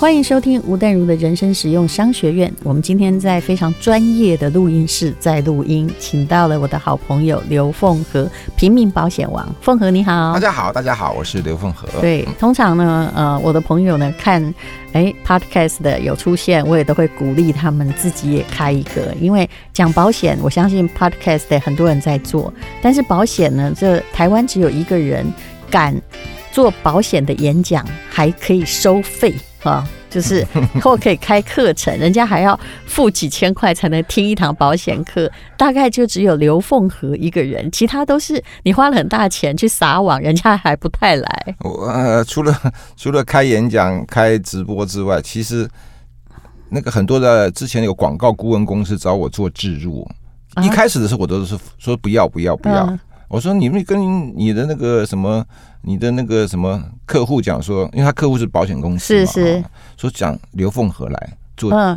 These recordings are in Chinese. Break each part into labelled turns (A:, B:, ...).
A: 欢迎收听吴淡如的人生实用商学院。我们今天在非常专业的录音室在录音，请到了我的好朋友刘凤和，平民保险王。凤和你好，
B: 大家好，大家好，我是刘凤和。
A: 啊对，通常呢，呃，我的朋友呢看，哎，podcast 的有出现，我也都会鼓励他们自己也开一个，因为讲保险，我相信 podcast 的很多人在做，但是保险呢，这台湾只有一个人敢做保险的演讲，还可以收费啊。就是或可以开课程，人家还要付几千块才能听一堂保险课，大概就只有刘凤和一个人，其他都是你花了很大钱去撒网，人家还不太来。
B: 我呃，除了 除了开演讲、开直播之外，其实那个很多的之前有广告顾问公司找我做植入，一开始的时候我都是说不要不要不要，
A: 啊嗯
B: 我说你们跟你的那个什么，你的那个什么客户讲说，因为他客户是保险公司嘛，
A: 是是
B: 啊说讲刘凤和来做，
A: 嗯，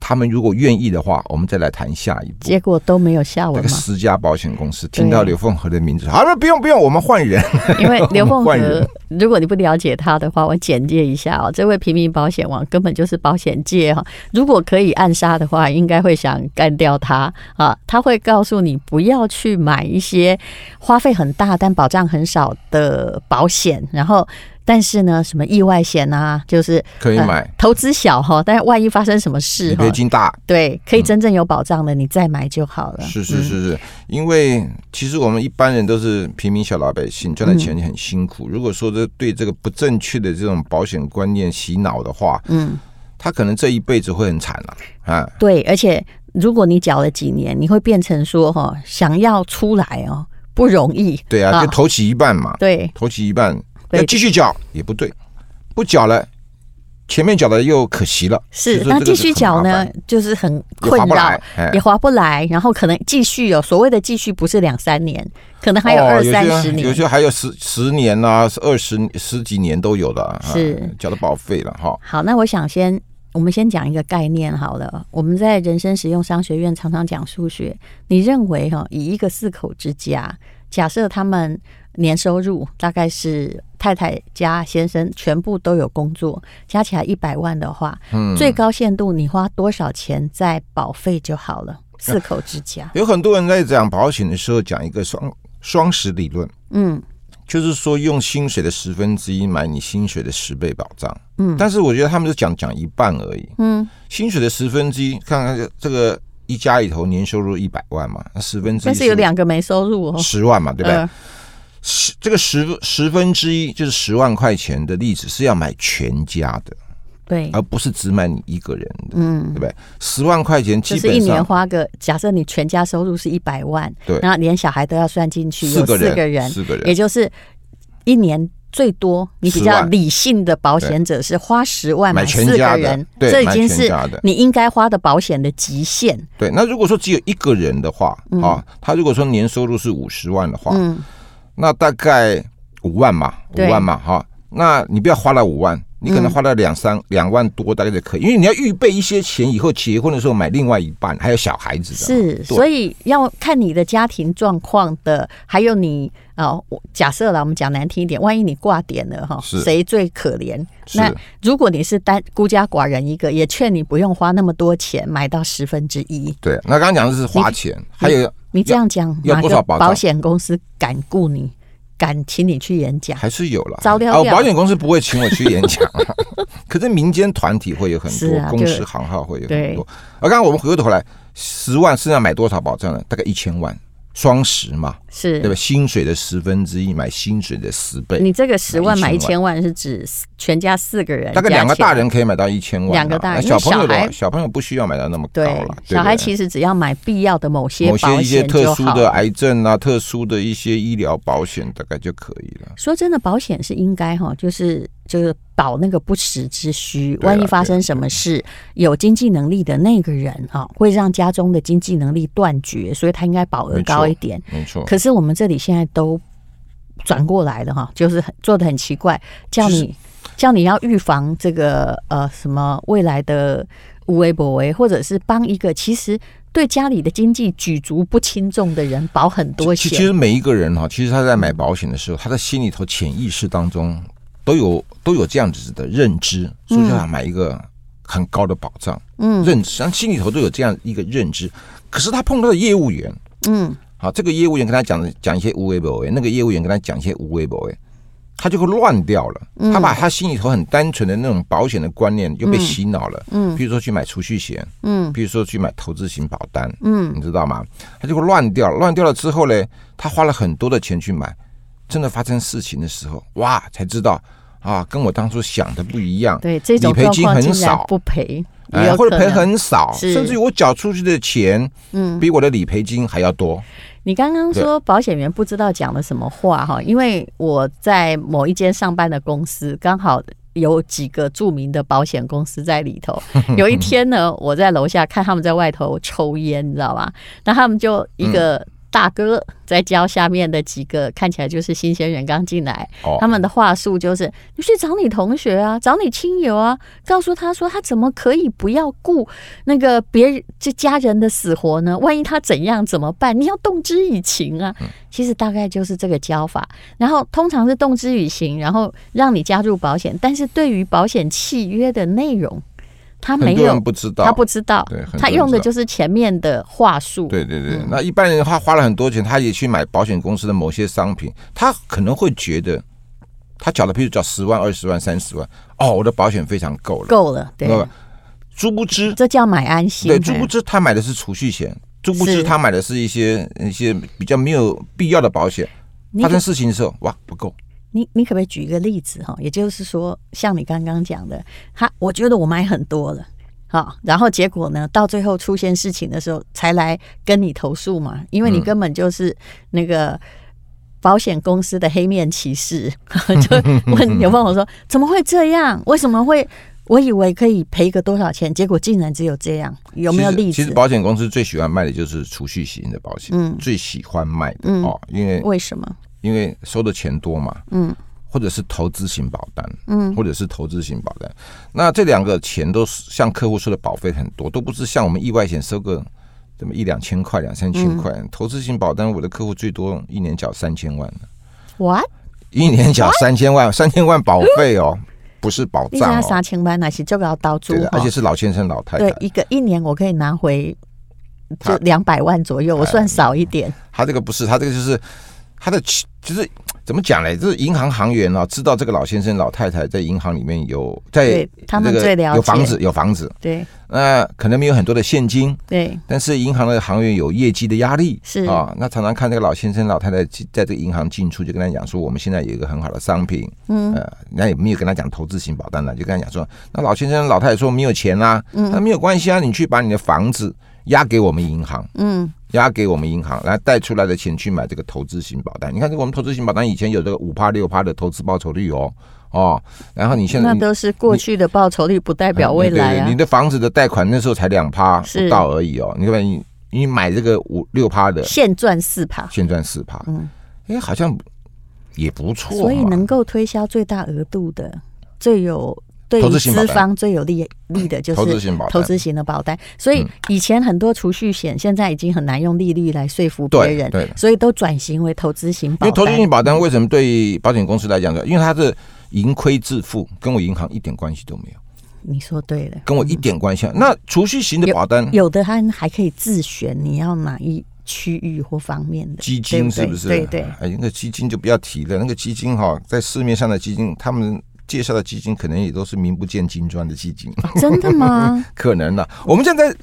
B: 他们如果愿意的话，我们再来谈下一步。
A: 结果都没有下
B: 那
A: 文
B: 个
A: 嘛，
B: 十家保险公司听
A: 对嗯
B: 到刘凤和的名字，啊，不不用不用，我们 换人。
A: 因为刘 凤
B: 换人
A: 和，如果你不了解他的话，我简介一下哦，这位平民保险王根本就是保险界哈、如果可以暗杀的话，应该会想干掉他啊！他会告诉你不要去买一些花费很大但保障很少的保险，然后但是呢，什么意外险啊，就是
B: 可以
A: 呃
B: 买
A: 投资小哈，但是万一发生什么事
B: 你
A: 哈
B: 可以，进大，
A: 对，可以真正有保障的，你再买就好了。
B: 是是是是，因为其实我们一般人都是平民小老百姓，赚的钱很辛
A: 嗯
B: 苦。如果说这对这个不正确的这种保险观念洗脑的话，
A: 嗯，
B: 他可能这一辈子会很惨了啊啊！
A: 对，而且如果你缴了几年，你会变成说哈、哦，想要出来哦不容易。
B: 对啊，就投起一半嘛，
A: 对
B: 投起一半
A: 对
B: 要继续缴也不对，不缴了，前面缴的又可惜了，
A: 是
B: 就，说
A: 那
B: 这个
A: 继续
B: 很
A: 缴
B: 麻
A: 呢
B: 烦，
A: 就是很
B: 也
A: 困
B: 划不
A: 扰
B: 来，，哎
A: 也划不来，然后可能继续有所谓的继续，不是两三年，可能还有
B: 哦
A: 二三
B: 些
A: 十年。
B: 有些还有十十年呐、是二十十几年都有的，啊
A: 是
B: 缴的保费了哈。
A: 好，那我想先，我们先讲一个概念好了。我们在人生实用商学院常常讲数学，你认为哈、以一个四口之家，假设他们年收入大概是太太加先生全部都有工作，加起来一百万的话，
B: 嗯
A: 最高限度你花多少钱在保费就好了？四口之 家，
B: 有很多人在讲保险的时候讲一个双双十理论，
A: 嗯
B: 就是说用薪水的十分之一买你薪水的十倍保障。
A: 嗯
B: 但是我觉得他们就讲讲一半而已，
A: 嗯，
B: 薪水的十分之一，看看这个一家里头年收入一百万嘛，那十分之一
A: 但是有两个没收入哦，
B: 十万嘛，对不对？
A: 呃
B: 十这个十十分之一就是十万块钱的例子是要买全家的，
A: 对，
B: 而不是只买你一个人的，
A: 嗯
B: 对不。对？十万块钱
A: 就
B: 基
A: 是一
B: 本
A: 年
B: 上
A: 花个，假设你全家收入是一百万，
B: 对
A: 然后连小孩都要算进去，有
B: 四个
A: 四个
B: 人，
A: 人，
B: 四个人
A: 也就是一年最多，你比
B: 10
A: 较
B: 万
A: 理性的保险者是花十万
B: 买
A: 四
B: 全
A: 个
B: 家的
A: 人，，
B: 对，
A: 这已
B: 买
A: 经
B: 全
A: 是
B: 家的
A: 你应该花的保险的极限。
B: 对，那如果说只有一个人的话，
A: 嗯
B: 啊，他如果说年收入是五十万的话，
A: 嗯，
B: 那大概五万嘛，五
A: 对嗯
B: 万嘛，哈，那你不要花了五万，你可能花了两三两万多大概就可以，因为你要预备一些钱，以后结婚的时候买另外一半，还有小孩子的，
A: 是，
B: 对
A: 所以要看你的家庭状况的，还有你哦，我假设了，我们讲难听一点，万一你挂点了哈，
B: 是
A: 谁最可怜？
B: 是
A: 那如果你是单孤家寡人一个，也劝你不用花那么多钱买到十分之一。
B: 对。那刚刚讲的是花钱，还有
A: 你这样讲，
B: 要
A: 哪
B: 多
A: 个
B: 少保障
A: 保险公司敢雇你，敢请你去演讲？
B: 还是有了，
A: 早料
B: 哦，
A: 料
B: 保险公司不会请我去演讲，啊 可是民间团体会有很
A: 是
B: 多，
A: 啊
B: 公
A: 就
B: 司行号会有
A: 对
B: 很多。而刚刚我们回过头来，十万身上买多少保障呢？大概一千万，双十嘛，
A: 是
B: 对吧？薪水的十分之一买薪水的十倍，
A: 你这个十万买
B: 买
A: 一
B: 一
A: 千
B: 千
A: 万是指全家四个人，
B: 大概两个大
A: 人。
B: 人可以买到一千万啊，
A: 两个大人
B: 那小朋友的
A: 因为小
B: 话
A: 孩
B: 小朋友不需要买到那么
A: 对
B: 高了，，对
A: 小孩
B: 不对
A: 其实只要买必要的某些
B: 某些
A: 保
B: 一些
A: 险就
B: 特殊
A: 好
B: 的。癌症啊、特殊的一些医疗保险，大概就可以了。
A: 说真的，保险是应该哈，就是就是保那个不时之需，
B: 对啊啊
A: 万一发生什么事，有经济能力的那个人哈，会让家中的经济能力断绝，所以他应该保额
B: 没错
A: 高一点。
B: 没错，
A: 可是我们这里现在都转过来了哈，就是很做的很奇怪，叫
B: 就是
A: 你叫你要预防这个呃什么未来的无为不为，或者是帮一个其实对家里的经济举足不轻重的人保很多
B: 其其
A: 险。
B: 实每一个人哈，其实他在买保险的时候，他在心里头潜意识当中都有都有这样子的认知，说就想买一个很高的保障，
A: 嗯
B: 认知，然后心里头都有这样一个认知。可是他碰到的业务员，
A: 嗯
B: 好，这个业务员跟他讲讲一些无为不为，那个业务员跟他讲一些无为不为，他就会乱掉了。
A: 嗯
B: 他把他心里头很单纯的那种保险的观念又被洗脑了。嗯，比如说去买储蓄险，
A: 嗯，
B: 比如说去买投资型保单，
A: 嗯
B: 你知道吗？他就会乱掉，乱掉了之后呢，他花了很多的钱去买，真的发生事情的时候，哇，才知道啊，跟我当初想的不一样。
A: 对，这种
B: 理赔
A: 状
B: 金
A: 况
B: 很
A: 竟然
B: 少
A: 不赔，也
B: 哎，
A: 有
B: 或者
A: 可
B: 赔
A: 能。
B: 很少，
A: 是
B: 甚至于我缴出去的钱，嗯，比我的理赔金还要多。
A: 你刚刚说保险员不知道讲了什么话哈，因为我在某一间上班的公司，刚好有几个著名的保险公司在里头。有一天呢，我在楼下看他们在外头抽烟，你知道吧？那他们就一个大哥在教下面的几个看起来就是新鲜人刚进来，
B: 哦，
A: 他们的话术就是：你去找你同学啊，找你亲友啊，告诉他说他怎么可以不要顾那个别人这家人的死活呢？万一他怎样怎么办？你要动之以情啊！
B: 嗯
A: 其实大概就是这个教法，然后通常是动之以情，然后让你加入保险，但是对于保险契约的内容，他没
B: 很多
A: 有
B: 人，不知道，
A: 他不知道
B: 对很多人，不
A: 他用的
B: 知道
A: 就是前面的话术。
B: 对对
A: 嗯
B: 对，那一般人他花了很多钱，他也去买保险公司的某些商品，他可能会觉得，他缴的譬如缴十万、二十万、三十万，哦，我的保险非常够了。
A: 够了，对，
B: 那么殊不知，
A: 这叫买安心。
B: 对，殊不知他买的是储蓄险，殊不知
A: 是
B: 他买的是一些一些比较没有必要的保险。
A: 你
B: 发
A: 可
B: 生事情的时候，哇，不够，
A: 你你可不可以举一个例子哈？也就是说，像你刚刚讲的，他我觉得我买很多了，好，然后结果呢，到最后出现事情的时候才来跟你投诉嘛，因为你
B: 嗯
A: 根本就是那个。保险公司的黑面骑士 就问有问我说怎么会这样？为什么会？我以为可以赔个多少钱，结果竟然只有这样，有没有
B: 其实
A: 例
B: 其实
A: 子？
B: 保险公司最喜欢卖的就是储蓄型的保险，
A: 嗯
B: 最喜欢卖的、
A: 嗯
B: 哦，因为
A: 为什么？
B: 因为收的钱多嘛，
A: 嗯，
B: 或者是投资型保单，
A: 嗯，
B: 或者是投资型保单。那这两个钱都是向客户收的保费很多，都不是像我们意外险收个怎么一两千块、两三千块。
A: 嗯
B: 投资型保单，我的客户最多一年缴三千万，哦
A: what？
B: 一年缴三千万，三千万保费哦，不是保
A: 啊你家
B: 障哦，
A: 杀青班那些就要刀猪
B: 对的，而
A: 哈
B: 且是老先生、老太
A: 对
B: 太，。
A: 一个一年我可以拿回就
B: 他哎
A: 两百万左右，我算少一点。
B: 他这个不是，他这个就是他的其就是。怎么讲嘞？就是银行行员哦，知道这个老先生、老太太在银行里面有在
A: 对他们
B: 哎这个
A: 最了解
B: 有房子，有房子，
A: 对
B: 那、可能没有很多的现金，
A: 对，
B: 但是银行的行员有业绩的压力，
A: 是
B: 啊、那常常看这个老先生、老太太进在这个银行进出，就跟他讲说，我们现在有一个很好的商品，嗯，呃，那也没有跟他讲投资型保单了，就跟他讲说，那老先生、老太太说没有钱啦、嗯，那没有关系啊，你去把你的房子押给我们银行，
A: 嗯，
B: 押给我们银行，然后贷出来的钱去买这个投资型保单。你看，这个我们投资型保单以前有这个五趴六趴的投资报酬率哦，哦，然后你现在
A: 那
B: 你
A: 都是过去的报酬率，不代表未来
B: 对对
A: 啊
B: 嗯你。的房子的贷款那时候才两趴
A: 是
B: 不到而已哦，你看你你买这个五六趴的，
A: 现赚四趴，
B: 现赚四趴，
A: 嗯，
B: 哎，好像也不错啊嘛。
A: 所以能够推销最大额度的、最有对
B: 投
A: 于
B: 资型保
A: 资
B: 单
A: 方最有利利 的，就
B: 投资
A: 是
B: 型保
A: 投
B: 单，嗯
A: 资型的保单。所以以前很多储蓄险，现在已经很难用利率来说服别
B: 对
A: 人，
B: 对的，
A: 所以都转型为投资型
B: 因
A: 保
B: 为投资
A: 单。嗯
B: 型保单为什么对保险公司来讲呢？因为它是盈亏自负，跟我银行一点关系都没有，
A: 你说对了，
B: 跟我一点关系。啊那储蓄型的保单。
A: 嗯有的它还可以自选你要哪一区域或方面 的
B: 基
A: 对
B: 金
A: 不对
B: 是不是？
A: 对对
B: 哎，那个基金就不要提了。那个基金哈，在市面上的基金，他们介绍的基金可能也都是名不见经传的基金。啊
A: 真的 吗？
B: 可能啦，我们现在在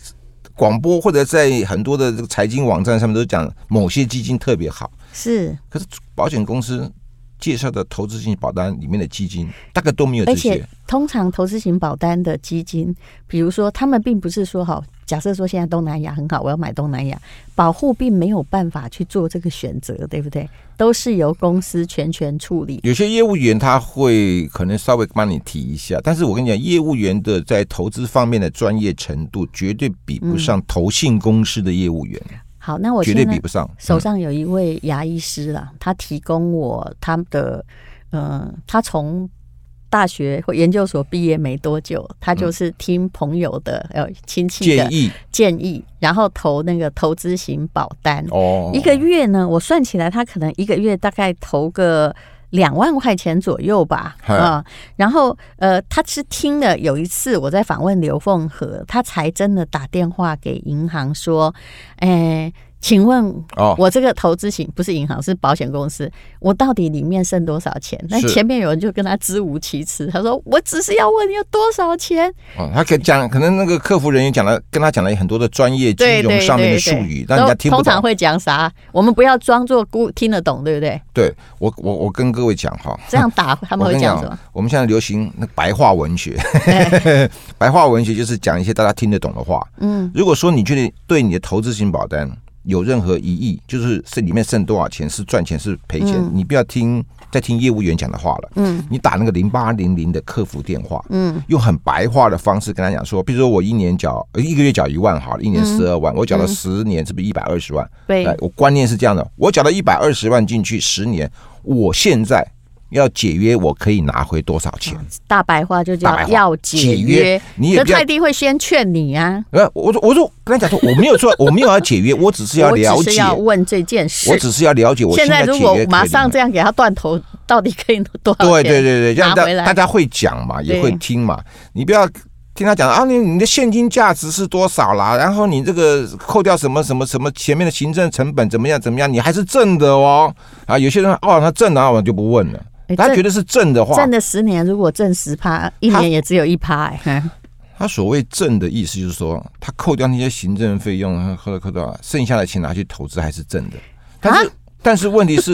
B: 广播或者在很多的这个财经网站上面都讲某些基金特别好，
A: 是，
B: 可是保险公司介绍的投资型保单里面的基金大概都没有这
A: 而
B: 些
A: 且。通常投资型保单的基金，比如说他们并不是说好，假设说现在东南亚很好，我要买东南亚，保护并没有办法去做这个选择，对不对？都是由公司全权处理。
B: 有些业务员他会可能稍微帮你提一下，但是我跟你讲，业务员的在投资方面的专业程度绝对比不上投信公司的业务员，
A: 好，那我
B: 绝
A: 现
B: 对
A: 在
B: 比不上。
A: 手
B: 嗯
A: 上有一位牙医师啦，他提供我他的，呃，他从大学或研究所毕业没多久，他就是听朋友的、呃亲戚的
B: 嗯建议
A: 建议，然后投那个投资型保单。
B: 哦，
A: 一个月呢，我算起来，他可能一个月大概投个两万块钱左右吧，
B: 嗨
A: 啊、然后呃，他是听了有一次我在访问刘凤和，他才真的打电话给银行说，哎，请问
B: 哦，
A: 我这个投资型不是银行，是保险公司，我到底里面剩多少钱？那
B: 是
A: 前面有人就跟他支吾其词，他说我只是要问你有多少钱，
B: 哦，他可讲，可能那个客服人员讲了，跟他讲了很多的专业金
A: 对
B: 融
A: 对
B: 上面的
A: 对
B: 术语
A: 对，，
B: 但人家
A: 都
B: 听不
A: 通常
B: 懂。
A: 会讲啥？我们不要装作孤听得懂，对不 对？
B: 对我，我我跟各位讲哈，
A: 这样打他们
B: 我
A: 会
B: 跟你
A: 讲什么
B: 讲？，我们现在流行那白话文学， 白话文学就是讲一些大家听得懂的话。
A: 嗯，
B: 如果说你觉得对你的投资型保单有任何疑义，就是这里面剩多少钱是赚钱是赔钱，
A: 嗯
B: 你不要听再听业务员讲的话了。
A: 嗯，
B: 你打那个零八零零的客服电话，
A: 嗯，
B: 用很白话的方式跟他讲说，比如说我一年缴呃一个月缴一万好了，一年
A: 嗯
B: 十二万，我缴了十年，是不是一百二十万？
A: 对
B: 哎，我观念是这样的，我缴了一百二十万进去十年，我现在要解约，我可以拿回多少钱？
A: 大白话就
B: 大白
A: 叫
B: 话
A: 嗯要解
B: 解约你也
A: 可
B: 不要
A: 泰迪会先劝你啊，
B: 呃，我说我说跟他讲说，我没有说我没有要解约，我只是要
A: 我
B: 了
A: 只是
B: 解，
A: 要问这件事
B: 我。只是要了解我
A: 现在
B: 在解
A: 如果
B: 约
A: 马上
B: 可以
A: 这样给他断头，到底可以多少
B: 对
A: 钱？
B: 对对对，这样
A: 拿
B: 大
A: 回来
B: 大家会讲嘛，也
A: 对
B: 会听嘛，你不要。听他讲啊，你你的现金价值是多少啦？然后你这个扣掉什么什么什么前面的行政成本怎么样怎么样？你还是正的哦。啊，有些人哦，他正的，啊我就不问了。
A: 哎
B: 他
A: 这
B: 觉得是正的话，
A: 挣的十年，如果挣十趴，一
B: 他
A: 年也只有一趴、哎嗯
B: 他所谓正的意思就是说，他扣掉那些行政费用，扣掉扣掉，剩下的钱拿去投资还是正的。但
A: 啊
B: 是、但是问题 是，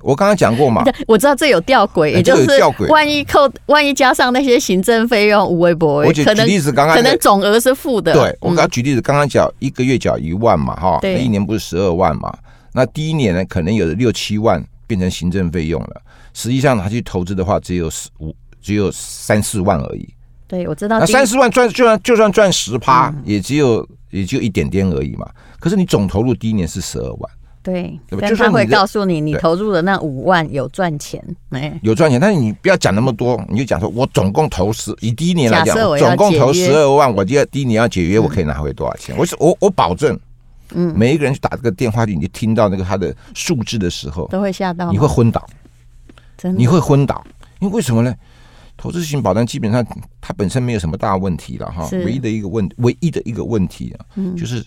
B: 我刚刚讲过嘛，
A: 我知道这有吊诡，
B: 哎
A: 也就
B: 这有
A: 是
B: 吊诡
A: 万一扣，万一加上那些行政费用，无微不
B: 我
A: 微，
B: 举
A: 可
B: 举
A: 能
B: 例子，刚刚
A: 可能总额是负的。
B: 对我
A: 嗯
B: 刚刚举例子，刚刚讲一个月缴一万嘛，哈，那
A: 对
B: 一年不是十二万嘛？那第一年呢，可能有六七万变成行政费用了，实际上他去投资的话，只有十五，只有三四万而已。
A: 啊对，嗯我知道
B: 那
A: 第一。
B: 三十万赚，就算就算赚十趴，也只有也就一点点而已嘛。可是你总投入第一年是十二万。
A: 对
B: 对吧，
A: 但
B: 就算
A: 他会
B: 你的
A: 告诉你，你
B: 对
A: 投入的那五万有赚钱，哎，
B: 有赚钱，但是你不要讲那么多，你就讲说我总共投十，以第一年来
A: 假
B: 讲，
A: 设我要嗯
B: 总共投
A: 解约
B: 十二万，我就要第一年要解约，我可以拿回多少钱？我是我我保证，嗯，每一个人去打这个电话去，你就听到那个他的数字的时候，
A: 都会吓到
B: 哦你会
A: 吗，
B: 昏倒，
A: 真
B: 你
A: 的
B: 会昏倒，因为为什么呢？投资型保单基本上它本身没有什么大问题了哈，
A: 是嗯
B: 唯一的一个问唯一的一个问题啊，就是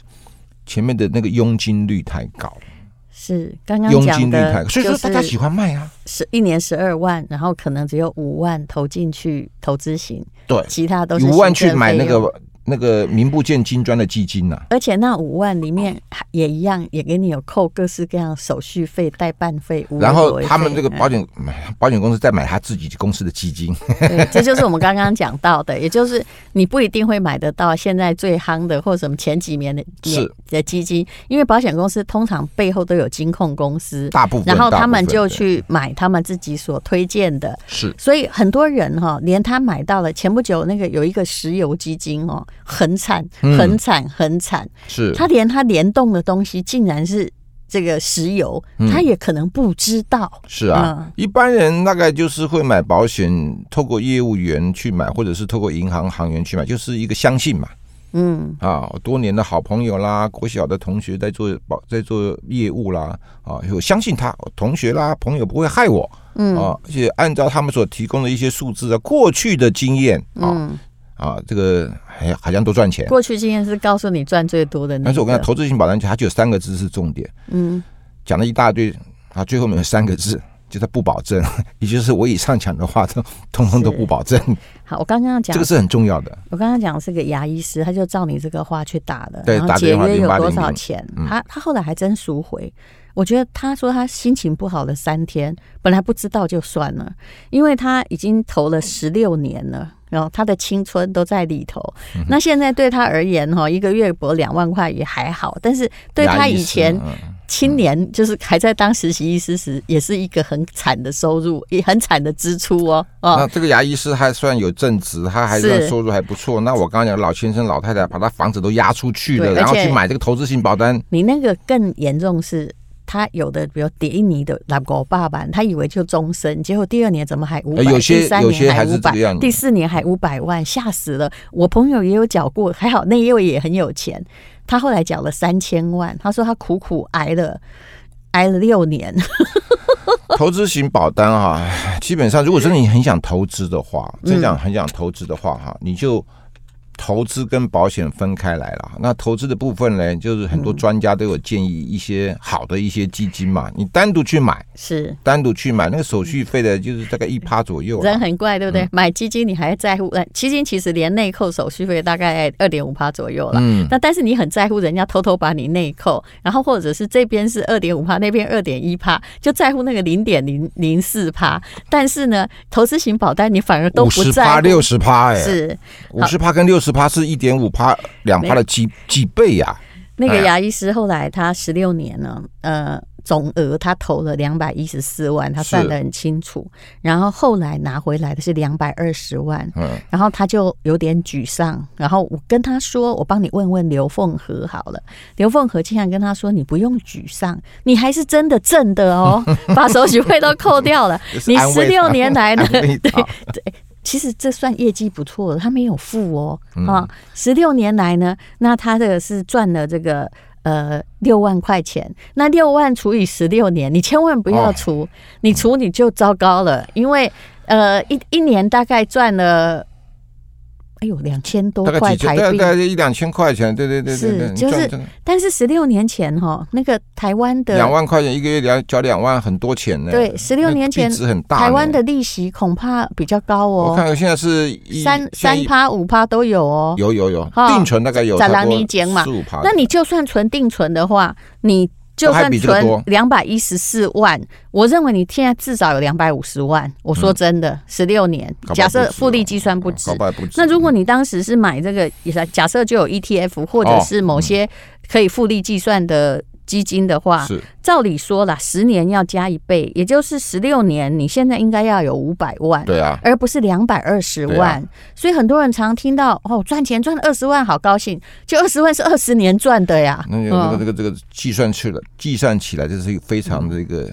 B: 前面的那个佣金率太高，
A: 是刚刚
B: 佣
A: 讲
B: 金率
A: 的，
B: 太高，所以说大家
A: 就是
B: 喜欢卖啊，
A: 十一年十二万，然后可能只有五万投进去投资型，
B: 对，
A: 其他都是
B: 五万去
A: 行政
B: 买那
A: 费用。
B: 个那个名不见经传的基金呐、
A: 而且那五万里面还也一样，也给你有扣各式各样手续费、代办费，无微
B: 然
A: 不
B: 后
A: 微
B: 他们
A: 费
B: 这个
A: 嗯
B: 保险买保险公司再买他自己公司的基金，
A: 对，这就是我们刚刚讲到的，也就是你不一定会买得到现在最夯的或什么前几年的
B: 是
A: 年的基金，因为保险公司通常背后都有金控公司，
B: 大部分
A: 然后他
B: 大
A: 们
B: 部分
A: 就
B: 对
A: 去买他们自己所推荐的。
B: 是
A: 所以很多人哈、连他买到了前不久那个有一个石油基金哦，很惨，
B: 嗯
A: 很惨，很惨。
B: 是
A: 他连他联动的东西竟然是这个石油，他也可能不知道。
B: 是嗯啊，
A: 嗯
B: 一般人大概就是会买保险，透过业务员去买，或者是透过银行行员去买，就是一个相信嘛。
A: 嗯，
B: 啊，我多年的好朋友啦，国小的同学在做保在做业务啦，啊，我相信他，同学啦朋友不会害我，嗯啊，而且按照他们所提供的一些数字啊，过去的经验啊、
A: 嗯
B: 啊，这个还好像都赚钱，
A: 过去经验是告诉你赚最多的那个。
B: 啊但是我跟他投资型保单它就有三个字是重点，
A: 嗯，
B: 讲了一大堆啊，最后面有三个字。就是不保证， 也就是我以上讲的话都通通都
A: 是
B: 不保证，
A: 好，我刚刚讲
B: 这个是很重要的。
A: 我刚刚讲是个牙医师，他就照你这个话去打的，
B: 对
A: 然后
B: 打
A: 解
B: 电话
A: 约有
B: 0800
A: 多少钱？
B: 嗯
A: 他他后来还真赎回。我觉得他说他心情不好了三天，本来不知道就算了，因为他已经投了十六年了，然后他的青春都在里头。
B: 嗯
A: 那现在对他而言，哈，一个月博两万块也还好，但是对他
B: 牙医
A: 以
B: 师
A: 前
B: 嗯
A: 青年就是还在当实习医师时，也是一个很惨的收入，也很惨的支出哦。哦，
B: 那这个牙医师还算有正职，他还
A: 是
B: 算收入还不错。那我刚刚讲老先生、老太太把他房子都押出去了，
A: 对
B: 然后
A: 而且
B: 去买这个投资型保单，
A: 你那个更严重是，他有的比如迪尼的那个爸爸，他以为就终身，结果第二年怎么还五百、
B: 呃有些
A: 第三年还
B: 有些还
A: 五
B: 是这个样
A: 百，
B: 子
A: 第四年还五百万，吓死了！我朋友也有缴过，还好那一位也很有钱，他后来缴了三千万，他说他苦苦挨了。挨了六年，
B: 投资型保单哈、基本上如果真的你很想投资的话，
A: 嗯
B: 真想很想投资的话哈、你就投资跟保险分开来了。那投资的部分呢，就是
A: 嗯
B: 很多专家都有建议一些好的一些基金嘛，你单独去买，
A: 是
B: 单独去买，那个手续费的就是大概一趴左右啊啦。
A: 人很怪，对不对？
B: 嗯
A: 买基金你还在乎，呃基金其实连内扣手续费大概二点五趴左右了。
B: 嗯，
A: 那但是你很在乎人家偷偷把你内扣，然后或者是这边是二点五帕，那边二点一帕，就在乎那个零点零零四帕。但是呢，投资型保单你反而都
B: 五
A: 不
B: 十
A: 在
B: 趴、
A: 乎，
B: 六十趴，哎，
A: 是
B: 五十趴跟六十趴是一点五趴、两趴的几几倍呀、
A: 那个
B: 哎呀
A: 牙医师后来他十六年呢，呃，总额他投了两百一十四万，他
B: 是
A: 算得很清楚。然后后来拿回来的是两百二十万，
B: 嗯，
A: 然后他就有点沮丧。然后我跟他说：“我帮你问问刘凤和好了。”刘凤和竟然跟他说：“你不用沮丧，你还是真的挣的哦，把手续费都扣掉了。
B: 这是
A: 你
B: 安
A: 十
B: 慰
A: 六
B: 他
A: 年来呢，
B: 安慰啊
A: 对
B: 他，
A: 其实这算业绩不错了，他没有负哦，
B: 嗯
A: 啊，十六年来呢，那他的是赚了这个呃六万块钱，那六万除以十六年，你千万不要除，
B: 哦
A: 你除你就糟糕了，因为呃一一年大概赚了，哎呦两千多
B: 大概
A: 块
B: 几千，
A: 台
B: 大概
A: 币，
B: 大概一两千块钱，对对对对对，
A: 是
B: 你
A: 就是
B: 赚
A: 但是十六年前哈、那个台湾的
B: 两万块钱一个月两交两万，很多钱呢。
A: 对十六年前
B: 那币值很大呢。
A: 台湾的利息恐怕比较高
B: 我
A: 哦，
B: 看现在是一
A: 三
B: 现在
A: 三
B: 一
A: 趴五趴都有哦，
B: 有有有
A: 哦
B: 定存大概有
A: 在
B: 差不
A: 狼
B: 多
A: 泥井嘛
B: 四五趴。
A: 那你就算存定存的话，你就
B: 都还
A: 算
B: 比这个
A: 存
B: 多
A: 两百一十四万，我认为你现在至少有两百五十万。我说真的，十六、年
B: 嗯搞不，好
A: 假
B: 不
A: 设
B: 止
A: 复利计算不
B: 嗯
A: 止
B: 搞。不好不止。
A: 那如果你当时是买这个，假设就有 ETF 或者是某些可以复利计算的基金的话，
B: 嗯是
A: 照理说啦，十年要加一倍，也就是十六年，你现在应该要有五百万。
B: 对啊，
A: 而不是两百二十
B: 对
A: 万。
B: 啊
A: 所以很多人常听到哦，赚钱赚二十万好高兴，就二十万是二十年赚的呀。
B: 那个那个
A: 嗯
B: 这个这个计算去了，计算起来这是一个非常的一个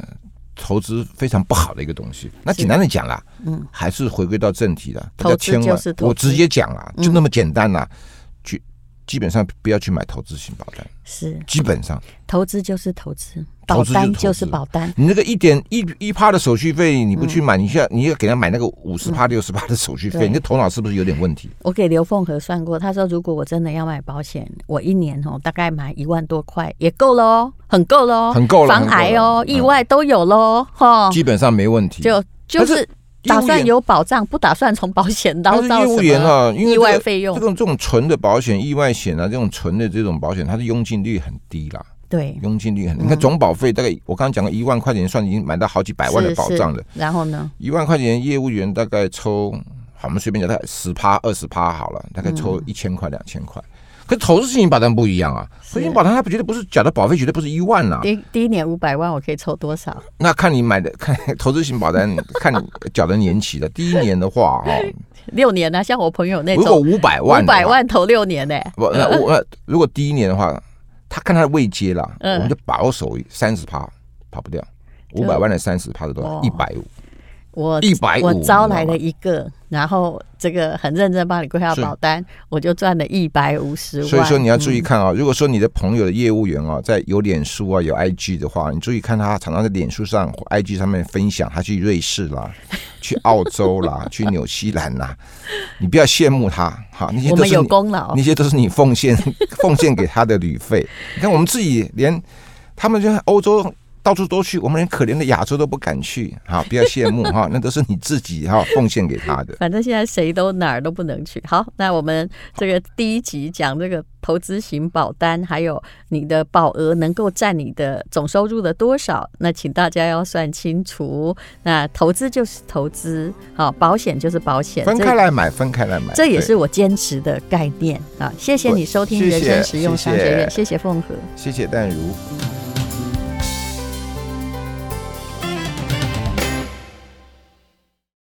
B: 投资非常不好的一个东西。
A: 嗯
B: 那
A: 是
B: 简单的讲啦，
A: 嗯，
B: 还是回归到正题了，
A: 投
B: 大
A: 资
B: 家千
A: 就
B: 万
A: 是投资
B: 我直接讲啦，
A: 嗯
B: 就那么简单啦，去基本上不要去买投资型保单，
A: 是
B: 基本上。
A: 投资就是投资，保
B: 投资就是
A: 单
B: 投
A: 就
B: 资
A: 是保单。
B: 你那个一点一一趴的手续费你不去买，你现在你要给他买那个五十趴六十趴的手续
A: 嗯对
B: 费，你的头脑是不是有点问题？
A: 我给刘凤和算过，他说如果我真的要买保险，我一年哦大概买一万多块也够了哦，很够了哦，
B: 很够了
A: 防癌哦，
B: 很够了嗯
A: 意外都有喽，哈、
B: 基本上没问题。
A: 哦就就
B: 但是
A: 是打
B: 业务
A: 算
B: 员
A: 有保障，不打算从保险
B: 但
A: 捞
B: 是
A: 到
B: 业
A: 什
B: 务员
A: 么
B: 啊，因为
A: 意
B: 这
A: 外
B: 个
A: 费
B: 这
A: 用。
B: 种这种纯的保险、意外险啊，这种纯的这种保险，它的佣金率很低啦，
A: 对，
B: 佣金率很
A: 嗯
B: 低。你看总保费大概我刚刚讲了一万块钱，算已经买到好几百万的
A: 是
B: 保障了。
A: 是然后呢？
B: 一万块钱，业务员大概抽，好我们随便讲，大概十趴、二十趴好了，大概抽
A: 嗯
B: 一千块、两千块。可投资型保单不一样啊，投资型保单它不绝对不是缴的保费，绝对不是一万呐、
A: 第第一年五百万，我可以抽多少？
B: 那看你买的， 看投资型 保单，看你缴的年期的。第一年的话，哈、
A: 六年啊，像我朋友那
B: 如果
A: 种
B: 五百万，
A: 五百，万嗯投六年欸呢、
B: 不，那我那如果第一年的话，他看他的未接啦，
A: 嗯
B: 我们就保守三十趴，跑不掉。
A: 就
B: 五百万的三十趴是多
A: 哦
B: 少？一百五，
A: 我
B: 一百五。
A: 我招来
B: 你知道
A: 了
B: 吗
A: 一个，然后这个很认真帮你规划
B: 是
A: 保单，我就赚了一百五十万。
B: 所以说你要注意
A: 嗯
B: 看啊、如果说你的朋友的业务员啊、在有脸书啊、有 IG 的话，你注意看他常常在脸书上、或 IG 上面分享他去瑞士啦、 去澳洲啦、去纽西兰啦，你不要羡慕他哈，那些
A: 我
B: 都
A: 们
B: 是
A: 有
B: 你
A: 功劳
B: 那，些都是你奉献 奉献给他的旅费。你看我们自己连他们就在欧洲。到处都去，我们连可怜的亚洲都不敢去，哈，不要羡慕 哈，那都是你自己哈奉献给他的。
A: 反正现在谁都哪儿都不能去。好，那我们这个第一集讲这个投资型保单，还有你的保额能够占你的总收入的多少，那请大家要算清楚。那投资就是投资，好、保险就是保险，
B: 分
A: 这
B: 开来买，分开来买，
A: 这也
B: 对
A: 是我坚持的概念啊！谢谢你收听《
B: 对
A: 人生实用
B: 谢谢
A: 商学院》，谢谢凤和。
B: 谢谢淡如。
A: 嗯